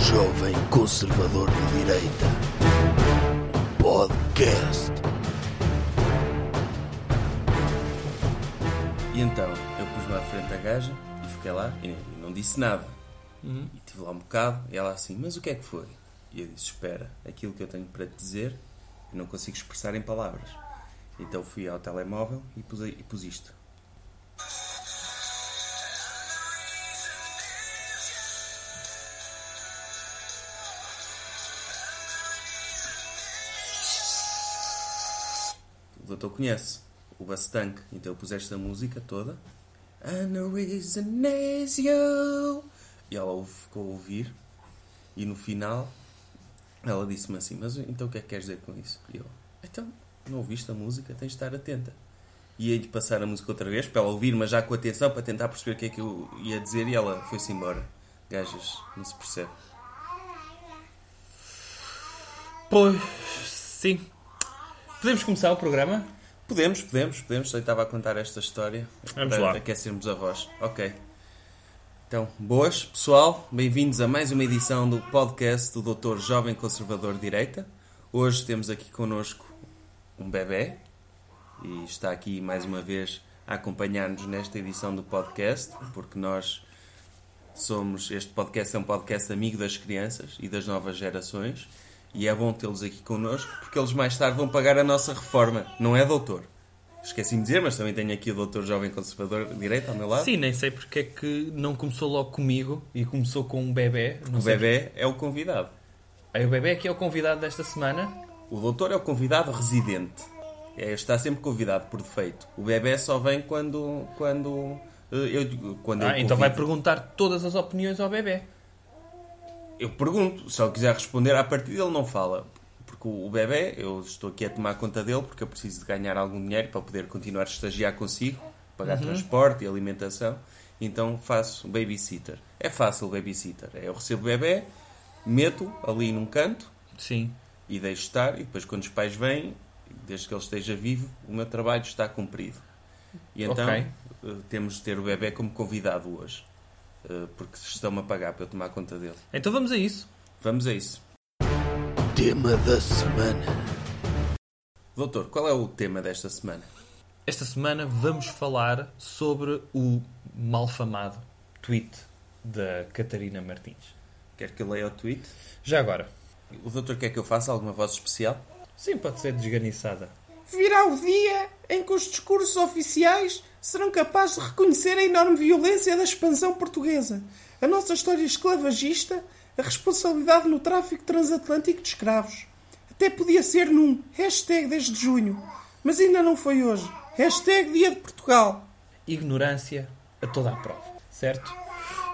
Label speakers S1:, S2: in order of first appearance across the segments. S1: Jovem Conservador de Direita. Podcast.
S2: E então, eu pus-me à frente da gaja e fiquei lá e nem- não disse nada. E estive lá um bocado e ela assim, mas o que é que foi? E eu disse, espera, aquilo que eu tenho para te dizer eu não consigo expressar em palavras. Então fui ao telemóvel e pus, e pus isto. O doutor conhece o Bastank, então eu pus esta música toda. Anarisio. E ela ouve- ficou a ouvir. E no final, ela disse-me assim: Mas então o que é que queres dizer com isso? E eu: Então, não ouviste a música, tens de estar atenta. E ia-lhe passar a música outra vez para ela ouvir, mas já com atenção, para tentar perceber o que é que eu ia dizer. E ela foi-se embora. Gajas, não se percebe.
S3: Pois, sim. Podemos começar o programa?
S2: Podemos, podemos, podemos. Eu estava a contar esta história
S3: Vamos
S2: para
S3: lá.
S2: aquecermos a voz. Ok. Então, boas, pessoal. Bem-vindos a mais uma edição do podcast do Dr. Jovem Conservador de Direita. Hoje temos aqui connosco um bebê e está aqui mais uma vez a acompanhar-nos nesta edição do podcast, porque nós somos. Este podcast é um podcast amigo das crianças e das novas gerações. E é bom tê-los aqui connosco porque eles mais tarde vão pagar a nossa reforma, não é, doutor? Esqueci-me de dizer, mas também tenho aqui o doutor jovem conservador de direita ao meu lado.
S3: Sim, nem sei porque é que não começou logo comigo e começou com um bebê. Não
S2: O
S3: sei
S2: bebê é o convidado.
S3: porque- Aí o bebê aqui é o convidado desta semana.
S2: O doutor é o convidado residente. É, está sempre convidado por defeito. O bebê só vem quando. quando. eh, Eu, quando eu
S3: Ah,
S2: convido.
S3: então vai perguntar todas as opiniões ao bebê.
S2: Eu pergunto, se ele quiser responder, à partida ele não fala. Porque o bebê, eu estou aqui a tomar conta dele porque eu preciso de ganhar algum dinheiro para poder continuar a estagiar consigo, pagar transporte e alimentação. Então faço babysitter. É fácil babysitter. É, Eu recebo o bebê, meto ali num canto
S3: Sim.
S2: e deixo estar. E depois, quando os pais vêm, desde que ele esteja vivo, o meu trabalho está cumprido. E então
S3: Ok.
S2: eh, temos de ter o bebê como convidado hoje, eh, porque estão-me a pagar para eu tomar conta dele.
S3: Então vamos a isso.
S2: Vamos a isso.
S1: Tema da semana.
S2: Doutor, qual é o tema desta semana?
S3: Esta semana vamos falar sobre o malfamado tweet da Catarina Martins.
S2: Quer que eu leia o tweet?
S3: Já agora.
S2: O doutor quer que eu faça alguma voz especial?
S3: Sim, pode ser desganiçada.
S2: Virá o dia em que os discursos oficiais serão capazes de reconhecer a enorme violência da expansão portuguesa, a nossa história esclavagista, a responsabilidade no tráfico transatlântico de escravos.
S4: Até podia ser num hashtag desde junho, mas ainda não foi hoje. Hashtag Dia de Portugal.
S3: ignorância a toda a prova, certo?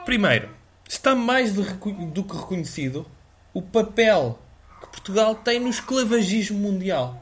S3: Primeiro, está mais de recu- do que reconhecido o papel que Portugal tem no esclavagismo mundial.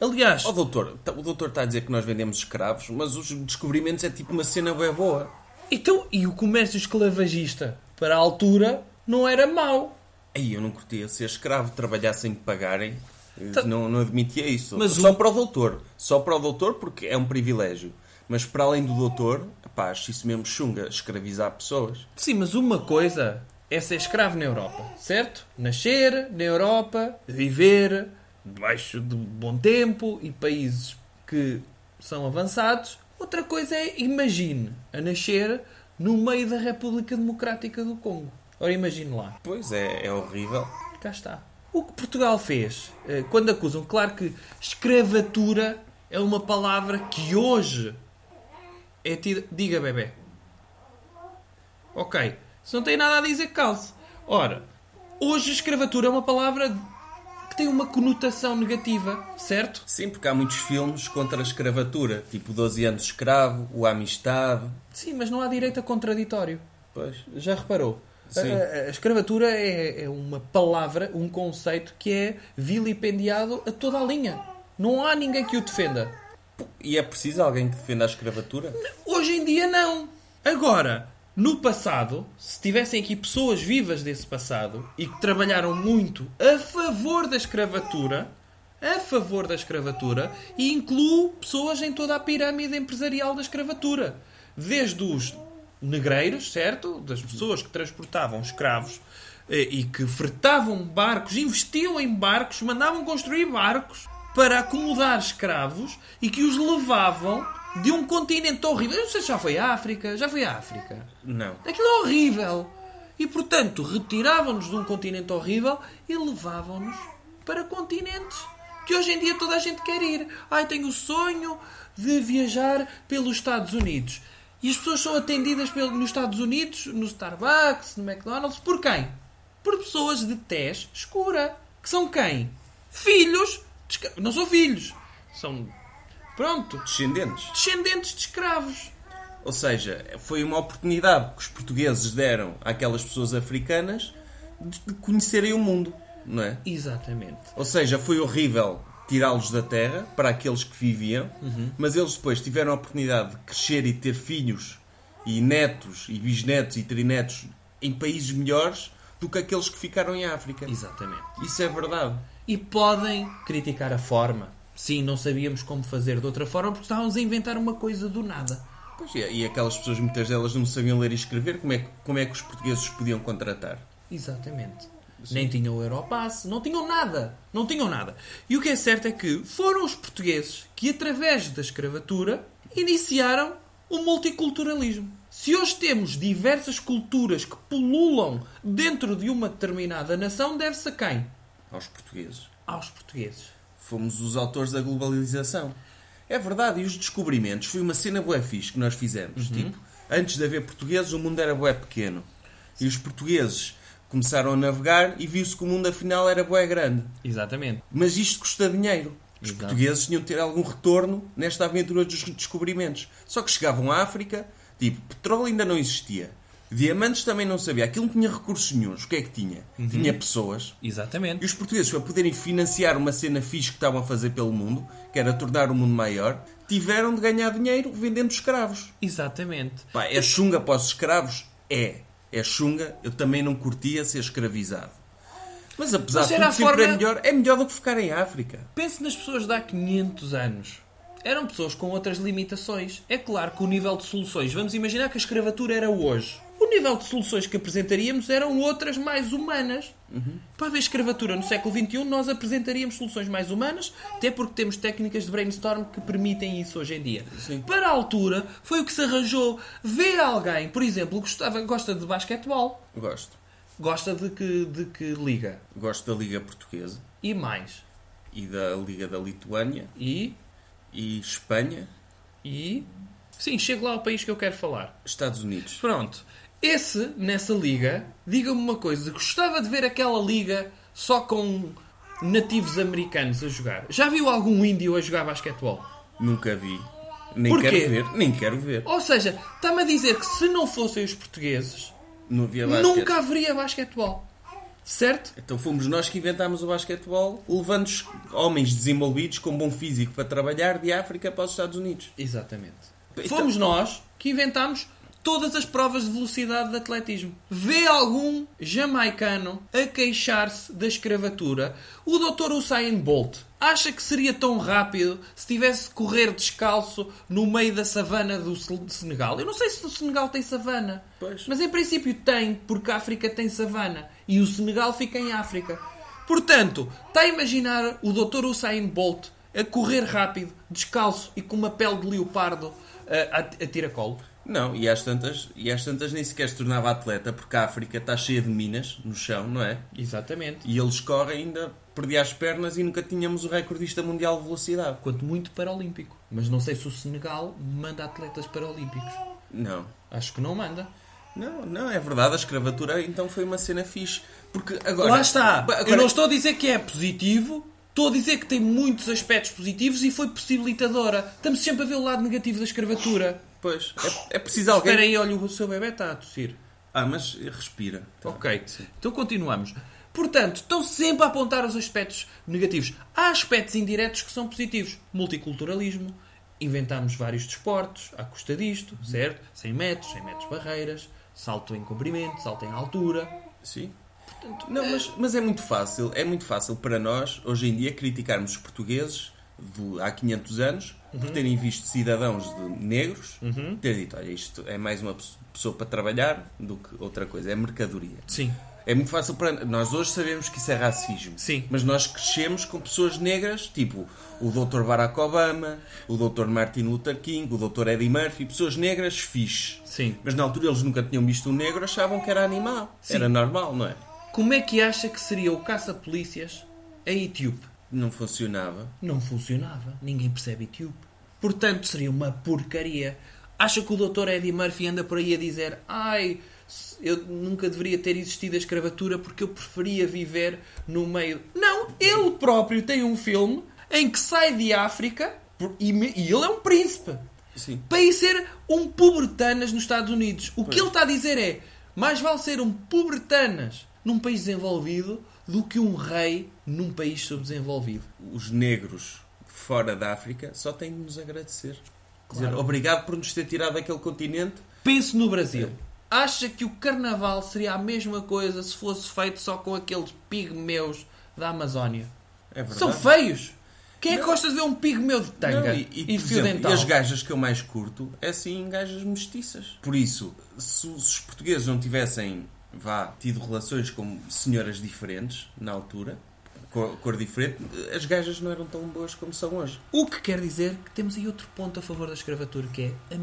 S3: Aliás,
S2: Oh, doutor, tá- o doutor está a dizer que nós vendemos escravos, mas os descobrimentos é tipo uma cena bem boa.
S3: então, e o comércio esclavagista para a altura não era mau.
S2: Aí eu não curtia ser escravo, trabalhar sem me pagarem. Eu
S3: Tá-
S2: Não, não admitia isso.
S3: Mas
S2: só para o doutor. Só para o doutor porque é um privilégio. Mas para além do doutor, pá, acho isso mesmo chunga, escravizar pessoas.
S3: Sim, mas uma coisa é ser escravo na Europa, certo? Nascer na Europa, viver debaixo de um bom tempo e países que são avançados. Outra coisa é, imagine, a nascer no meio da República Democrática do Congo. Ora, imagine lá.
S2: Pois é, é horrível.
S3: Cá está. O que Portugal fez, eh, quando acusam, claro que escravatura é uma palavra que hoje é tida. Diga, bebê. Ok. Se não tem nada a dizer, calce. Ora, hoje escravatura é uma palavra que tem uma conotação negativa, certo?
S2: Sim, porque há muitos filmes contra a escravatura. Tipo 12 anos de escravo, o Amistade.
S3: Sim, mas não há direito a contraditório.
S2: Pois.
S3: Já reparou? A-
S2: Sim.
S3: A, a escravatura é, é uma palavra, um conceito que é vilipendiado a toda a linha. Não há ninguém que o defenda.
S2: E é preciso alguém que defenda a escravatura?
S3: Hoje em dia não. Agora, no passado, se tivessem aqui pessoas vivas desse passado e que trabalharam muito a favor da escravatura, a favor da escravatura, e incluo pessoas em toda a pirâmide empresarial da escravatura. Desde os negreiros, certo? Das pessoas que transportavam escravos eh, e que fretavam barcos, investiam em barcos, mandavam construir barcos para acomodar escravos e que os levavam de um continente horrível. Eu não sei se já foi à África, já foi à África.
S2: Não.
S3: Aquilo é horrível. E portanto, retiravam-nos de um continente horrível e levavam-nos para continentes que hoje em dia toda a gente quer ir. Ai, tenho o sonho de viajar pelos Estados Unidos. E as pessoas são atendidas pelo- nos Estados Unidos, no Starbucks, no McDonald's, por quem? Por pessoas de tez escura. Que são quem? Filhos. de escra- Não são filhos. São. Pronto.
S2: Descendentes.
S3: Descendentes de escravos.
S2: Ou seja, foi uma oportunidade que os portugueses deram àquelas pessoas africanas de de conhecerem o mundo, não é?
S3: Exatamente.
S2: Ou seja, foi horrível tirá-los da terra para aqueles que viviam, mas eles depois tiveram a oportunidade de crescer e ter filhos e netos e bisnetos e trinetos em países melhores do que aqueles que ficaram em África.
S3: Exatamente.
S2: Isso é verdade.
S3: e podem criticar a forma. Sim, não sabíamos como fazer de outra forma porque estávamos a inventar uma coisa do nada.
S2: Pois é, e aquelas pessoas, muitas delas não sabiam ler e escrever, como é que, como é que os portugueses os podiam contratar?
S3: Exatamente. Nem tinham o Europass, não tinham nada. Não tinham nada. E o que é certo é que foram os portugueses que, através da escravatura, iniciaram o multiculturalismo. Se hoje temos diversas culturas que pululam dentro de uma determinada nação, deve-se a quem?
S2: Aos portugueses.
S3: Aos portugueses.
S2: Fomos os autores da globalização. É verdade, e os descobrimentos foi uma cena bué fixe que nós fizemos. Tipo, antes de haver portugueses, o mundo era bué pequeno. E os portugueses começaram a navegar e viu-se que o mundo afinal era bué grande.
S3: Exatamente.
S2: Mas isto custa dinheiro. Os
S3: Exato.
S2: portugueses tinham de ter algum retorno nesta aventura dos descobrimentos. Só que chegavam à África, tipo, petróleo ainda não existia. Diamantes também não sabia. Aquilo não tinha recursos nenhuns. O que é que tinha?
S3: Uhum.
S2: Tinha pessoas. E
S3: Exatamente.
S2: os portugueses, para poderem financiar uma cena fixe que estavam a fazer pelo mundo, que era tornar o mundo maior, tiveram de ganhar dinheiro vendendo escravos.
S3: Exatamente.
S2: Pá, é chunga para os escravos? É. É chunga. Eu também não curtia ser escravizado. Mas apesar
S3: Mas
S2: de
S3: era
S2: tudo,
S3: a
S2: sempre é
S3: forma-
S2: melhor. É melhor do que ficar em África.
S3: Pense nas pessoas de há 500 anos. Eram pessoas com outras limitações. É claro que o nível de soluções, vamos imaginar que a escravatura era hoje. O nível de soluções que apresentaríamos eram outras mais humanas. Para haver escravatura no século XXI, nós apresentaríamos soluções mais humanas, até porque temos técnicas de brainstorm que permitem isso hoje em dia. Para a altura, foi o que se arranjou. Ver alguém, por exemplo, gostava, gosta de basquetebol,
S2: Gosto.
S3: gosta de que, de que liga.
S2: Gosto da Liga Portuguesa
S3: E mais.
S2: e da Liga da Lituânia
S3: E
S2: e Espanha,
S3: E. Sim, chego lá ao país que eu quero falar.
S2: Estados Unidos.
S3: Pronto. Esse, nessa liga, diga-me uma coisa: gostava de ver aquela liga só com nativos americanos a jogar. Já viu algum índio a jogar basquetebol?
S2: Nunca vi. Nem
S3: Porquê?
S2: quero ver. Nem quero ver.
S3: Ou seja, está-me a dizer que se não fossem os portugueses,
S2: Não havia basquete.
S3: nunca haveria basquetebol. Certo?
S2: Então fomos nós que inventámos o basquetebol, levando os homens desenvolvidos com bom físico para trabalhar de África para os Estados Unidos.
S3: Exatamente.
S2: Então-
S3: Fomos nós que inventámos todas as provas de velocidade de atletismo. Vê algum jamaicano a queixar-se da escravatura? O Dr. Usain Bolt acha que seria tão rápido se tivesse de correr descalço no meio da savana do Sel- Senegal? Eu não sei se o Senegal tem savana,
S2: Pois.
S3: mas em princípio tem, porque a África tem savana e o Senegal fica em África. Portanto, está a imaginar o Dr. Usain Bolt a correr rápido, descalço e com uma pele de leopardo eh, a, a, a tiracolo?
S2: Não, e às, tantas, e às tantas nem sequer se tornava atleta, porque a África está cheia de minas no chão, não é?
S3: Exatamente.
S2: E eles correm ainda, perdia as pernas e nunca tínhamos o recordista mundial de velocidade.
S3: Quanto muito paralímpico. Mas não sei se o Senegal manda atletas paralímpicos.
S2: Não.
S3: Acho que não manda.
S2: Não, não, é verdade, a escravatura então foi uma cena fixe. Porque agora.
S3: Lá está.
S2: Agora-
S3: Eu não estou a dizer que é positivo. Estou a dizer que tem muitos aspectos positivos e foi possibilitadora. Estamos sempre a ver o lado negativo da escravatura.
S2: Pois, é, é preciso alguém.
S3: Espera aí, olha, o seu bebê está a tossir.
S2: Ah, mas respira.
S3: Ok, então continuamos. Portanto, estão sempre a apontar os aspectos negativos. Há aspectos indiretos que são positivos. Multiculturalismo, inventámos vários desportos à custa disto, certo? 100 metros, 100 metros barreiras, salto em comprimento, salto em altura.
S2: Sim. Não, mas, mas é muito fácil, é muito fácil para nós, hoje em dia, criticarmos os portugueses de há 500 anos por
S3: Uhum.
S2: terem visto cidadãos de negros ter dito, olha, isto é mais uma pe- pessoa para trabalhar do que outra coisa, é mercadoria.
S3: Sim.
S2: É muito fácil para. Nós hoje sabemos que isso é racismo.
S3: Sim.
S2: Mas nós crescemos com pessoas negras, tipo o Dr. Barack Obama, o Dr. Martin Luther King, o Dr. Eddie Murphy, pessoas negras fixe.
S3: Sim.
S2: Mas na altura eles nunca tinham visto um negro, achavam que era animal. Era normal, não é?
S3: Como é que acha que seria o caça-polícias em Etíope?
S2: Não funcionava.
S3: Não funcionava. Ninguém percebe Etíope. Portanto, seria uma porcaria. Acha que o Dr. Eddie Murphy anda por aí a dizer Ai, s- eu nunca deveria ter existido a escravatura porque eu preferia viver no meio... Não, ele próprio tem um filme em que sai de África por- e, me- e ele é um príncipe.
S2: Sim.
S3: Para ir ser um pobretanas nos Estados Unidos. O que ele está a dizer é mais vale ser um pobretanas num país desenvolvido do que um rei num país subdesenvolvido.
S2: Os negros fora da África só têm de nos agradecer. Quer dizer, obrigado por nos ter tirado daquele continente.
S3: Pense no Brasil. Acha que o carnaval seria a mesma coisa se fosse feito só com aqueles pigmeus da Amazónia?
S2: É verdade.
S3: São feios! Quem é que gosta de ver um pigmeu de tanga
S2: Não,
S3: e,
S2: e, e, por
S3: fio
S2: exemplo,
S3: dental?
S2: e as gajas que eu mais curto é sim gajas mestiças. Por isso, se os portugueses não tivessem, vá, tido relações com senhoras diferentes na altura, cor, cor diferente, as gajas não eram tão boas como são hoje.
S3: O que quer dizer que temos aí outro ponto a favor da escravatura, que é a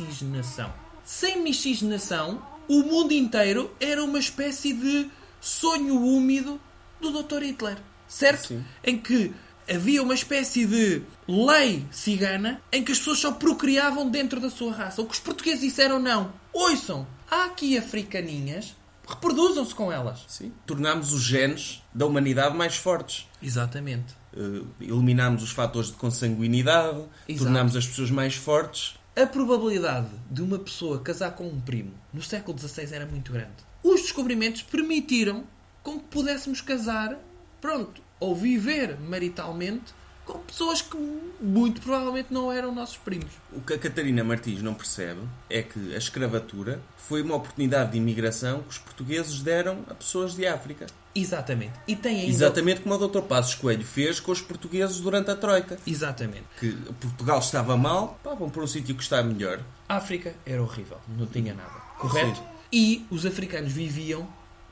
S3: miscigenação. Sem miscigenação, o mundo inteiro era uma espécie de sonho úmido do Dr. Hitler, certo?
S2: Sim.
S3: Em que havia uma espécie de lei cigana em que as pessoas só procriavam dentro da sua raça. O que os portugueses disseram não. Ouçam, há aqui africaninhas, reproduzam-se com elas.
S2: Sim. Tornámos os genes da humanidade mais fortes.
S3: Exatamente.
S2: Eh, eliminámos os fatores de consanguinidade,
S3: Exato.
S2: tornámos as pessoas mais fortes.
S3: A probabilidade de uma pessoa casar com um primo no século XVI era muito grande. Os descobrimentos permitiram com que pudéssemos casar, pronto, ou viver maritalmente com pessoas que muito provavelmente não eram nossos primos.
S2: O que a Catarina Martins não percebe é que a escravatura foi uma oportunidade de imigração que os portugueses deram a pessoas de África.
S3: Exatamente. E tem ainda.
S2: Exatamente como o Dr. Passos Coelho fez com os portugueses durante a Troika.
S3: Exatamente.
S2: Que Portugal estava mal, pá, vão para um sítio que está melhor.
S3: A África era horrível, não tinha nada. Correto? E os africanos viviam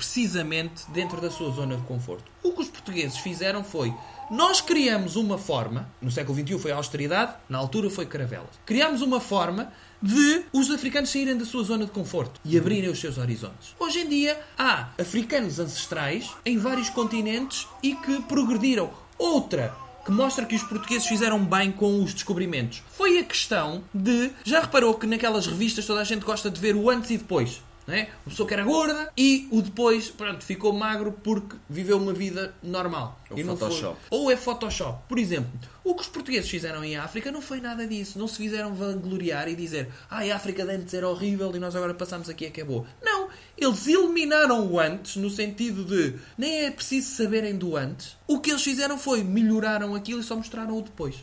S3: precisamente dentro da sua zona de conforto. O que os portugueses fizeram foi. Nós criamos uma forma, no século XXI foi a austeridade, na altura foi caravelas. Criámos uma forma de os africanos saírem da sua zona de conforto e abrirem os seus horizontes. Hoje em dia há africanos ancestrais em vários continentes e que progrediram. Outra que mostra que os portugueses fizeram bem com os descobrimentos. Foi a questão de. Já reparou que naquelas revistas toda a gente gosta de ver o antes e depois? Não é? Uma pessoa que era gorda e o depois, pronto, ficou magro porque viveu uma vida normal.
S2: Ou
S3: E não foi-
S2: Photoshop.
S3: Ou é Photoshop. Por exemplo, o que os portugueses fizeram em África não foi nada disso. Não se fizeram vangloriar e dizer ai, a África de antes era horrível e nós agora passamos aqui e acabou. Não. Eles eliminaram o antes no sentido de nem é preciso saberem do antes. O que eles fizeram foi melhoraram aquilo e só mostraram o depois.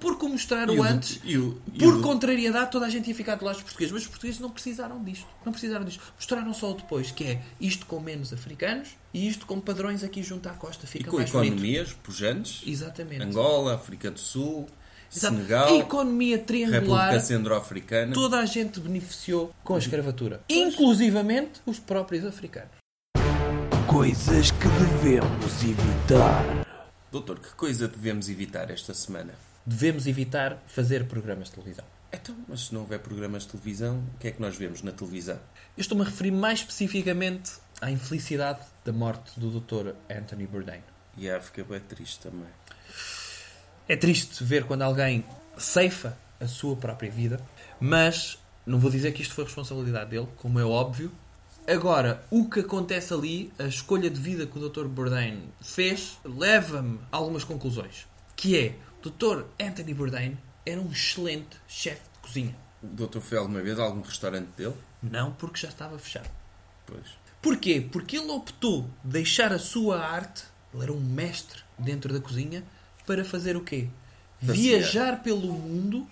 S3: Porque o mostrar
S2: E
S3: o
S2: o de-
S3: antes,
S2: e o- e
S3: por
S2: o de-
S3: contrariedade, toda a gente ia ficar do lado dos portugueses. Mas os portugueses não precisaram disto. Não precisaram disto. Mostraram só o depois, que é isto com menos africanos e isto com padrões aqui junto à costa.
S2: E
S3: Fica
S2: com
S3: mais bonito.
S2: economias pujantes.
S3: Exatamente.
S2: Angola, África do Sul,
S3: Exato. A
S2: Senegal,
S3: economia
S2: República Uhum.
S3: triangular,
S2: Centro-Africana.
S3: toda a gente beneficiou com a escravatura. Inclusivamente os próprios africanos.
S1: Coisas que devemos evitar.
S2: Doutor, que coisa devemos evitar esta semana?
S3: Devemos evitar fazer programas de televisão.
S2: Então, mas se não houver programas de televisão, o que é que nós vemos na televisão?
S3: Eu estou-me a referir mais especificamente à infelicidade da morte do Dr. Anthony Bourdain.
S2: E a África é triste também.
S3: É triste ver quando alguém ceifa a sua própria vida, mas não vou dizer que isto foi responsabilidade dele, como é óbvio. Agora, o que acontece ali, a escolha de vida que o Dr. Bourdain fez, leva-me a algumas conclusões. Que é, o Dr. Anthony Bourdain era um excelente chefe de cozinha.
S2: O doutor foi alguma vez a algum restaurante dele?
S3: Não porque já estava fechado.
S2: Pois.
S3: Porquê? Porque ele optou deixar a sua arte, ele era um mestre dentro da cozinha, para fazer o quê?
S2: Passear.
S3: Viajar pelo mundo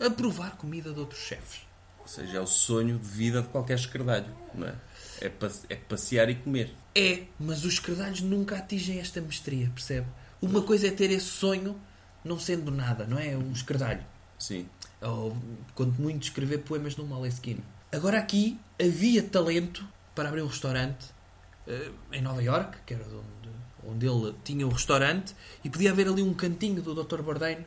S3: a provar comida de outros chefes.
S2: Ou seja, é o sonho de vida de qualquer escardalho, não é? É, pa- é passear e comer.
S3: É, mas os credalhos nunca atingem esta mestria, percebe? Uma coisa é ter esse sonho não sendo nada, não é? Um escredalho.
S2: Sim.
S3: Ou, quanto muito, escrever poemas num Moleskine. Agora aqui havia talento para abrir um restaurante eh, em Nova Iorque, que era de onde, onde ele tinha o restaurante, e podia haver ali um cantinho do Dr. Bourdain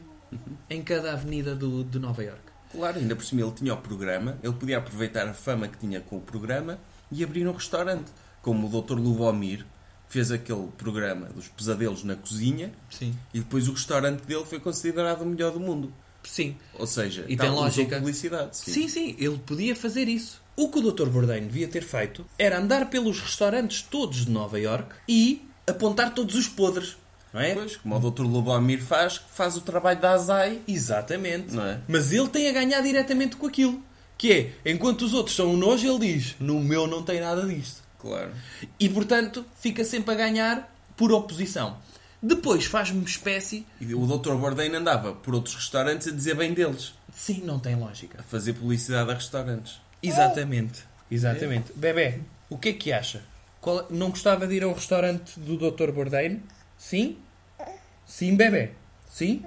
S3: em cada avenida do, de Nova Iorque.
S2: Claro, ainda por cima ele tinha o programa, ele podia aproveitar a fama que tinha com o programa e abrir um restaurante. Como o Dr. Lubomir fez aquele programa dos pesadelos na cozinha
S3: Sim.
S2: e depois o restaurante dele foi considerado o melhor do mundo.
S3: Sim.
S2: Ou seja,
S3: E
S2: tá-
S3: tem
S2: usou
S3: lógica.
S2: publicidade.
S3: Sim. sim, ele podia fazer isso. O que o Dr. Bourdain devia ter feito era andar pelos restaurantes todos de Nova Iorque e apontar todos os podres, não é?
S2: Pois, como o Dr. Lubomir faz, que faz o trabalho da ASAI.
S3: Exatamente.
S2: Não é?
S3: Mas ele tem a ganhar diretamente com aquilo. Que é, enquanto os outros são um nojo, ele diz: No meu não tem nada disto.
S2: Claro.
S3: E portanto, fica sempre a ganhar por oposição. Depois faz-me espécie.
S2: E o Dr. Bourdain andava por outros restaurantes a dizer bem deles,
S3: Sim, não tem lógica.
S2: a fazer publicidade a restaurantes.
S3: Exatamente. Exatamente. Bebé, o que é que acha? Qual- Não gostava de ir a um restaurante do Dr. Bourdain? Sim? Sim, bebé. Sim?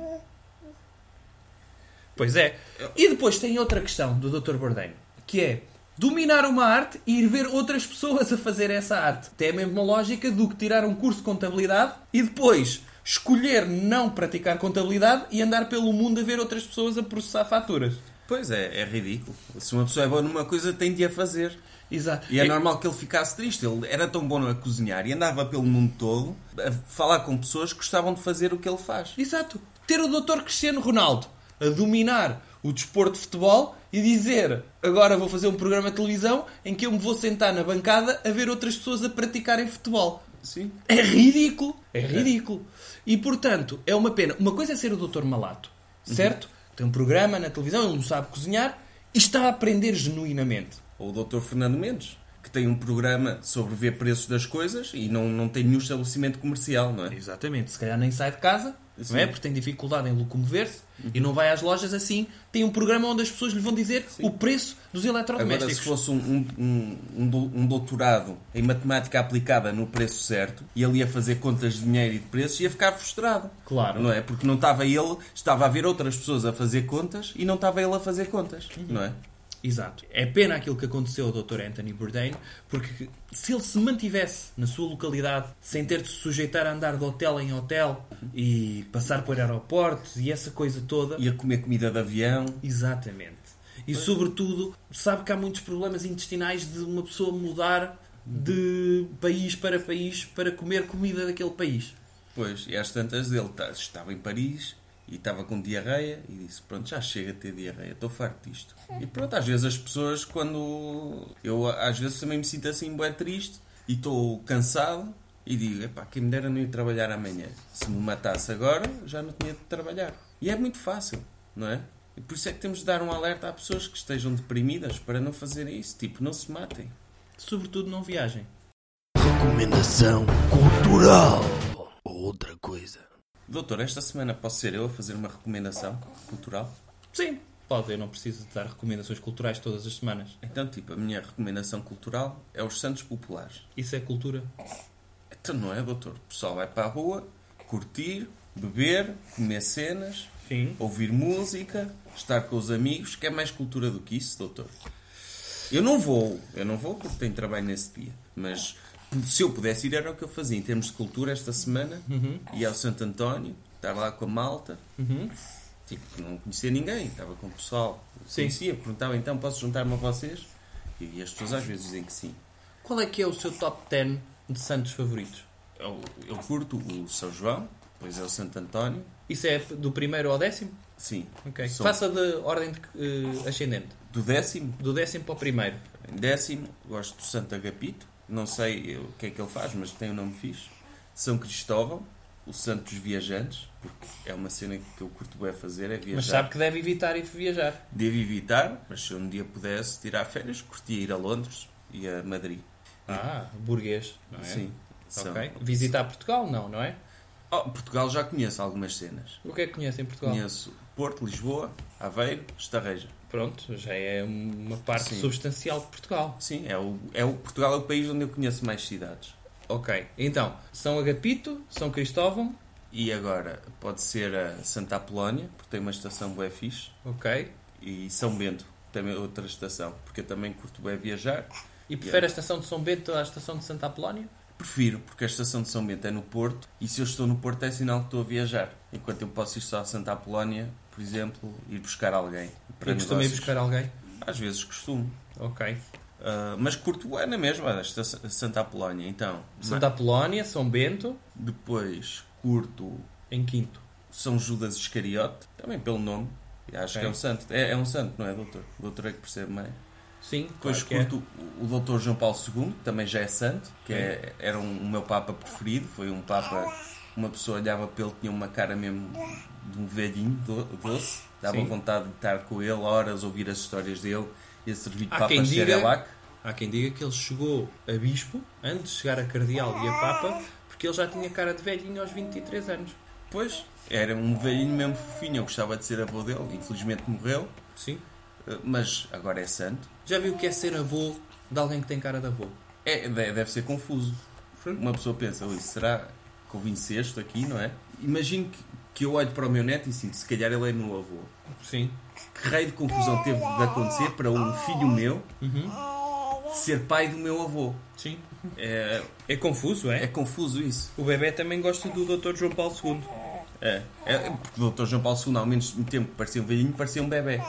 S3: Pois é. E depois tem outra questão do Dr. Bourdain, que é dominar uma arte e ir ver outras pessoas a fazer essa arte. Tem a mesma lógica do que tirar um curso de contabilidade e depois escolher não praticar contabilidade e andar pelo mundo a ver outras pessoas a processar faturas.
S2: Pois é, é ridículo. Se uma pessoa é boa numa coisa, tem de a fazer.
S3: Exato.
S2: E é normal que ele ficasse triste. Ele era tão bom a cozinhar e andava pelo mundo todo a falar com pessoas que gostavam de fazer o que ele faz.
S3: Exato. Ter o Dr. Cristiano Ronaldo a dominar o desporto de futebol e dizer agora vou fazer um programa de televisão em que eu me vou sentar na bancada a ver outras pessoas a praticarem futebol.
S2: Sim.
S3: É ridículo. É ridículo. E portanto, é uma pena. Uma coisa é ser o Dr. Malato, certo? Tem um programa na televisão, ele não sabe cozinhar e está a aprender genuinamente.
S2: Ou o Dr. Fernando Mendes, que tem um programa sobre ver preços das coisas e não, não tem nenhum estabelecimento comercial, não é?
S3: Exatamente, se calhar nem sai de casa,
S2: Sim. Uhum.
S3: não é? Porque tem dificuldade em locomover-se e não vai às lojas assim. Tem um programa onde as pessoas lhe vão dizer o preço dos
S2: Agora,
S3: eletrodomésticos.
S2: se fosse um, um, um, um do- um doutorado em matemática aplicada no preço certo e ele ia fazer contas de dinheiro e de preços, ia ficar frustrado.
S3: Claro.
S2: Não é? Porque não estava ele, estava a ver outras pessoas a fazer contas e não estava ele a fazer contas, não é?
S3: Exato. É pena aquilo que aconteceu ao Dr. Anthony Bourdain, porque se ele se mantivesse na sua localidade, sem ter de se sujeitar a andar de hotel em hotel e passar por aeroportos e essa coisa toda.
S2: Ia comer comida de avião,
S3: Exatamente. E sobretudo, sabe que há muitos problemas intestinais de uma pessoa mudar de país para país para comer comida daquele país.
S2: Pois, e às tantas ele ta- estava em Paris e estava com diarreia e disse: Pronto, já chega a ter diarreia, estou farto disto. E pronto, às vezes as pessoas, quando. Eu às vezes também me sinto assim, bué triste e estou cansado e digo: Epá, quem me dera não ir trabalhar amanhã. Se me matasse agora, já não tinha de trabalhar. E é muito fácil, não é? E por isso é que temos de dar um alerta a pessoas que estejam deprimidas para não fazerem isso. Tipo, não se matem.
S3: Sobretudo não viagem.
S1: Recomendação cultural. Outra coisa.
S2: Doutor, esta semana posso ser eu a fazer uma recomendação cultural?
S3: Sim, pode, eu não preciso de dar recomendações culturais todas as semanas.
S2: Então, tipo, a minha recomendação cultural é os Santos Populares.
S3: Isso é cultura.
S2: Então, não é, doutor? O pessoal vai para a rua curtir, beber, comer cenas,
S3: Sim.
S2: ouvir música, estar com os amigos. Quer mais cultura do que isso, doutor? Eu não vou, eu não vou porque tenho trabalho nesse dia. Mas se eu pudesse ir, era o que eu fazia em termos de cultura esta semana.
S3: Uhum.
S2: Ia ao Santo António, estar lá com a malta. Tipo, não conhecia ninguém, estava com o pessoal.
S3: Sim.
S2: Conhecia, perguntava então, posso juntar-me a vocês? E as pessoas às vezes dizem que sim.
S3: Qual é que é o seu top 10 de santos favoritos?
S2: Eu, eu curto o São João, depois é o Santo António.
S3: Isso é do primeiro ao décimo?
S2: Sim.
S3: Ok.
S2: Sou
S3: Faça de ordem de, eh, ascendente.
S2: Do décimo.
S3: Do décimo para o primeiro.
S2: Em décimo, gosto do Santo Agapito. Não sei o que é que ele faz, mas tem um nome fixe. São Cristóvão, o Santo dos Viajantes, porque é uma cena que eu curto bem fazer, é viajar.
S3: Mas sabe que deve evitar ir viajar.
S2: Devo evitar, mas se um dia pudesse tirar férias, curtia ir a Londres e a Madrid.
S3: Ah, burguês, não é?
S2: Sim. são-
S3: Ok. Visitar Portugal? Não, não é?
S2: Oh, Portugal já conheço algumas cenas.
S3: O que é que conhece em Portugal?
S2: Conheço Porto, Lisboa, Aveiro, Estarreja.
S3: Pronto, já é uma parte
S2: Sim.
S3: substancial de Portugal.
S2: Sim, é o, é o Portugal é o país onde eu conheço mais cidades.
S3: Ok, então, São Agapito, São Cristóvão,
S2: E agora pode ser a Santa Apolónia, porque tem uma estação bué fixe,
S3: ok,
S2: é e São Bento, também outra estação, porque eu também curto bué viajar
S3: E prefere a estação de São Bento à estação de Santa Apolónia?
S2: Prefiro, porque a estação de São Bento é no Porto e se eu estou no Porto é sinal que estou a viajar. Enquanto eu posso ir só a Santa Apolónia, por exemplo, ir buscar alguém.
S3: Para costuma ir
S2: negócios.
S3: buscar alguém?
S2: Às vezes costumo.
S3: Ok.
S2: Ah, mas curto é na mesma, a esta- Santa Apolónia. Então,
S3: Santa Apolónia, São Bento,
S2: ma- depois curto
S3: em quinto.
S2: São Judas Iscariote, também pelo nome. E Acho
S3: Ok.
S2: que é um santo. É, é um santo, não é, doutor? O doutor é que percebe bem.
S3: Sim,
S2: Depois
S3: claro que é.
S2: curto o doutor João Paulo II, que também já é santo, que é- era um- o meu Papa preferido. Foi um Papa, uma pessoa olhava para ele, tinha uma cara mesmo de um velhinho do- doce. Dava
S3: Sim.
S2: vontade de estar com ele horas, ouvir as histórias dele. Esse serviço de
S3: Há
S2: Papa
S3: quem diga-
S2: Xerelac.
S3: Há quem diga que ele chegou a bispo, antes de chegar a cardeal e a papa, porque ele já tinha cara de velhinho aos 23 anos.
S2: Pois, era um velhinho mesmo fofinho. Eu gostava de ser avô dele, infelizmente morreu.
S3: Sim.
S2: eh, Mas agora é santo.
S3: Já viu o que é ser avô de alguém que tem cara de avô?
S2: É, de- deve ser confuso. Uma pessoa pensa, "Ui, será que eu vim sexto aqui, não é? Imagino que, que eu olho para o meu neto e sinto, se calhar ele é meu avô.
S3: Sim.
S2: Que raio de confusão teve de acontecer para um filho meu ser pai do meu avô?
S3: Uhum. Sim.
S2: É,
S3: É confuso,
S2: é
S3: é?
S2: confuso isso.
S3: O bebê também gosta do Dr. João Paulo II.
S2: É, é, porque o Dr. João Paulo II, ao menos no tempo que parecia um velhinho, parecia um bebê.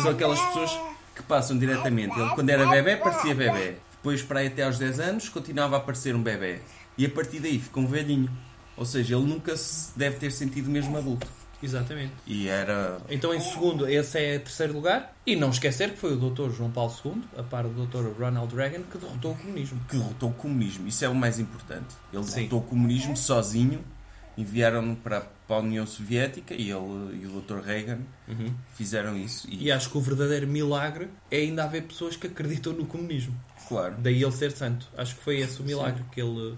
S2: São aquelas pessoas que passam diretamente. Ele, quando era bebê, parecia bebê. Depois, para aí até aos 10 anos, continuava a parecer um bebê. E a partir daí ficou um velhinho. Ou seja, ele nunca se deve ter sentido mesmo adulto.
S3: Exatamente.
S2: E era.
S3: Então, em segundo, esse é terceiro lugar. E não esquecer que foi o Dr. João Paulo II, a par do Dr. Ronald Reagan, que derrotou o comunismo.
S2: que derrotou o comunismo. Isso é o mais importante. Ele
S3: Sim.
S2: derrotou o comunismo sozinho. Enviaram-no para, para a União Soviética e ele e o Dr. Reagan fizeram isso. E,
S3: E acho que o verdadeiro milagre é ainda haver pessoas que acreditam no comunismo.
S2: claro.
S3: Daí ele ser santo. Acho que foi esse o milagre que ele.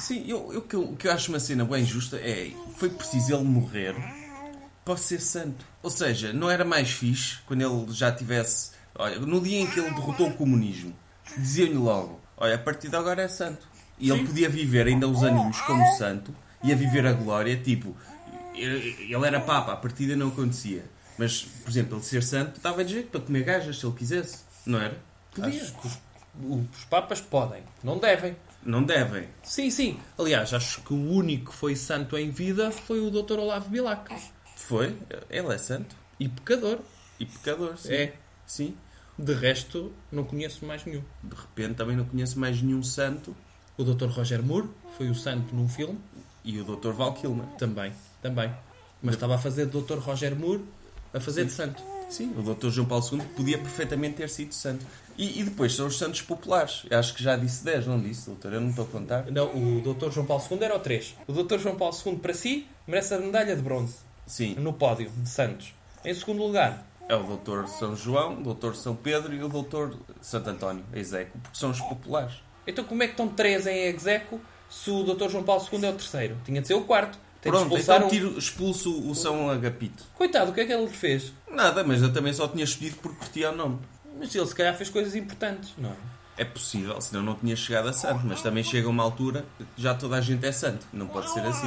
S2: Sim, eu, eu, que eu, que eu acho uma cena bem justa é foi preciso ele morrer para ser santo. Ou seja, não era mais fixe quando ele já tivesse. Olha, no dia em que ele derrotou o comunismo, diziam-lhe logo: Olha, a partir de agora é santo. E ele podia viver ainda uns aninhos como santo, ia viver a glória, tipo, ele ele era papa, a partida não acontecia. Mas, por exemplo, ele ser santo dava de jeito para comer gajas se ele quisesse, não era? Podia.
S3: Acho que os, os papas podem, não devem.
S2: Não devem.
S3: Sim, sim. Aliás, acho que o único que foi santo em vida foi o Dr. Olavo Bilac.
S2: Foi, ele é santo.
S3: E pecador.
S2: E pecador, sim.
S3: É.
S2: Sim.
S3: De resto, não conheço mais nenhum.
S2: De repente também não conheço mais nenhum santo.
S3: O Dr. Roger Moore foi o santo num filme.
S2: E o Dr. Val Kilmer.
S3: Também, também. Mas estava a fazer de Dr. Roger Moore a fazer de santo.
S2: Sim, o Dr. João Paulo II podia perfeitamente ter sido santo. E, e depois são os santos populares. Eu acho que já disse 10, não disse, doutor? Eu não estou a contar.
S3: Não, o Dr. João Paulo II era o 3. O Dr. João Paulo II, para si, merece a medalha de bronze
S2: Sim,
S3: no pódio de Santos. Em segundo lugar,
S2: é o Dr. São João, o Dr. São Pedro e o Dr. Santo António, Ezeco, porque são os populares.
S3: Então como é que estão três em execo se o Dr. João Paulo II é o terceiro? Tinha de ser o quarto. Tem de
S2: Pronto,
S3: expulsar
S2: então
S3: um-
S2: tiro, expulso o São Agapito.
S3: Coitado, o que é que ele lhe fez?
S2: Nada, mas eu também só tinha escolhido porque curtia o nome.
S3: Mas ele se calhar fez coisas importantes, não é?
S2: É possível, senão não tinha chegado a santo, mas também chega uma altura que já toda a gente é santo, não pode ser assim.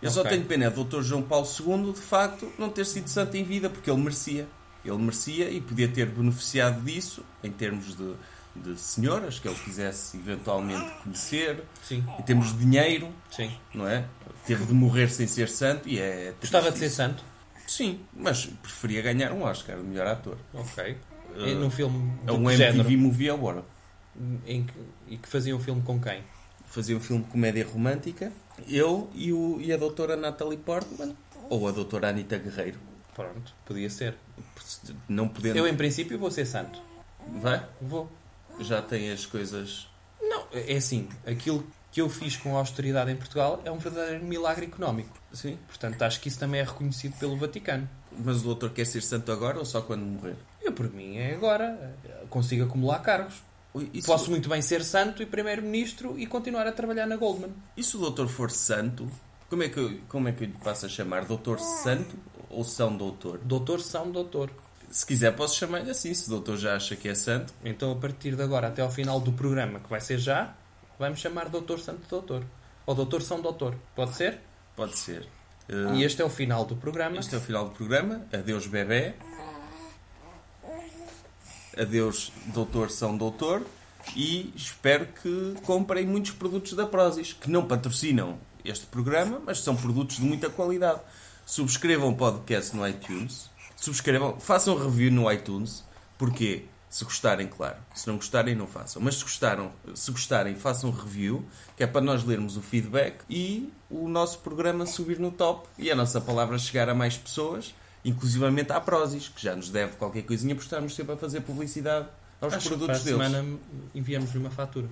S2: Eu só
S3: Ok.
S2: tenho pena é do Dr. João Paulo II, de facto, não ter sido santo em vida, porque ele merecia. Ele merecia e podia ter beneficiado disso em termos de, de senhoras que ele quisesse eventualmente conhecer,
S3: Sim,
S2: em termos de dinheiro,
S3: sim.
S2: não é? Teve de morrer sem ser santo e é. triste
S3: Gostava de ser
S2: isso.
S3: santo.
S2: Sim, mas preferia ganhar um Oscar de melhor ator.
S3: Ok.
S2: Eh,
S3: E num filme
S2: É
S3: de
S2: um
S3: que género?
S2: MTV Movie Award.
S3: Em que... E que fazia um filme com quem?
S2: fazia um filme de comédia romântica, eu e, o, e a doutora Natalie Portman, ou a doutora Anita Guerreiro,
S3: Pronto, podia ser.
S2: Por se- não podendo...
S3: Eu em princípio vou ser santo.
S2: Vai?
S3: Vou.
S2: Já tem as coisas...
S3: Não, é assim, aquilo que eu fiz com a austeridade em Portugal é um verdadeiro milagre económico.
S2: Sim.
S3: Portanto, acho que isso também é reconhecido pelo Vaticano.
S2: Mas o doutor quer ser santo agora ou só quando morrer?
S3: Eu, por mim, é agora. Consigo acumular cargos.
S2: Ui, E se,
S3: Posso muito bem ser santo e primeiro-ministro e continuar a trabalhar na Goldman.
S2: e se o doutor for santo, como é que eu, como é que eu lhe passo a chamar? Doutor santo ou são doutor?
S3: Doutor são doutor.
S2: Se quiser posso chamar-lhe assim, se o doutor já acha que é santo.
S3: Então, a partir de agora até ao final do programa, que vai ser já, vamos chamar doutor santo doutor. Ou doutor são doutor. Pode ser?
S2: Pode ser.
S3: E
S2: Eh,
S3: este é o final
S2: é
S3: do programa.
S2: Este é o final do programa. Adeus, bebê. Adeus, doutor São Doutor. E espero que comprem muitos produtos da Prozis, que não patrocinam este programa, mas são produtos de muita qualidade. Subscrevam o podcast no iTunes. Subscrevam, façam review no iTunes. Porquê? Se gostarem, claro. Se não gostarem, não façam. Mas se, gostaram, se gostarem, façam review, que é para nós lermos o feedback e o nosso programa subir no top e a nossa palavra chegar a mais pessoas, inclusivamente à Prozis, que já nos deve qualquer coisinha por estarmos sempre a fazer publicidade aos
S3: Acho que para a
S2: produtos deles.
S3: semana enviamos-lhe uma fatura.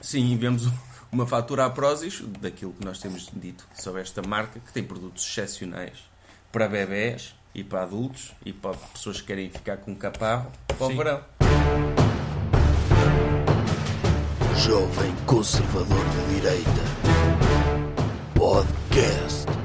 S2: Sim, enviamos uma fatura à Prozis daquilo que nós temos dito sobre esta marca, que tem produtos excepcionais para bebés e para adultos e para pessoas que querem ficar com um caparro para
S3: Sim.
S2: o verão.
S1: Jovem Conservador de Direita. Podcast.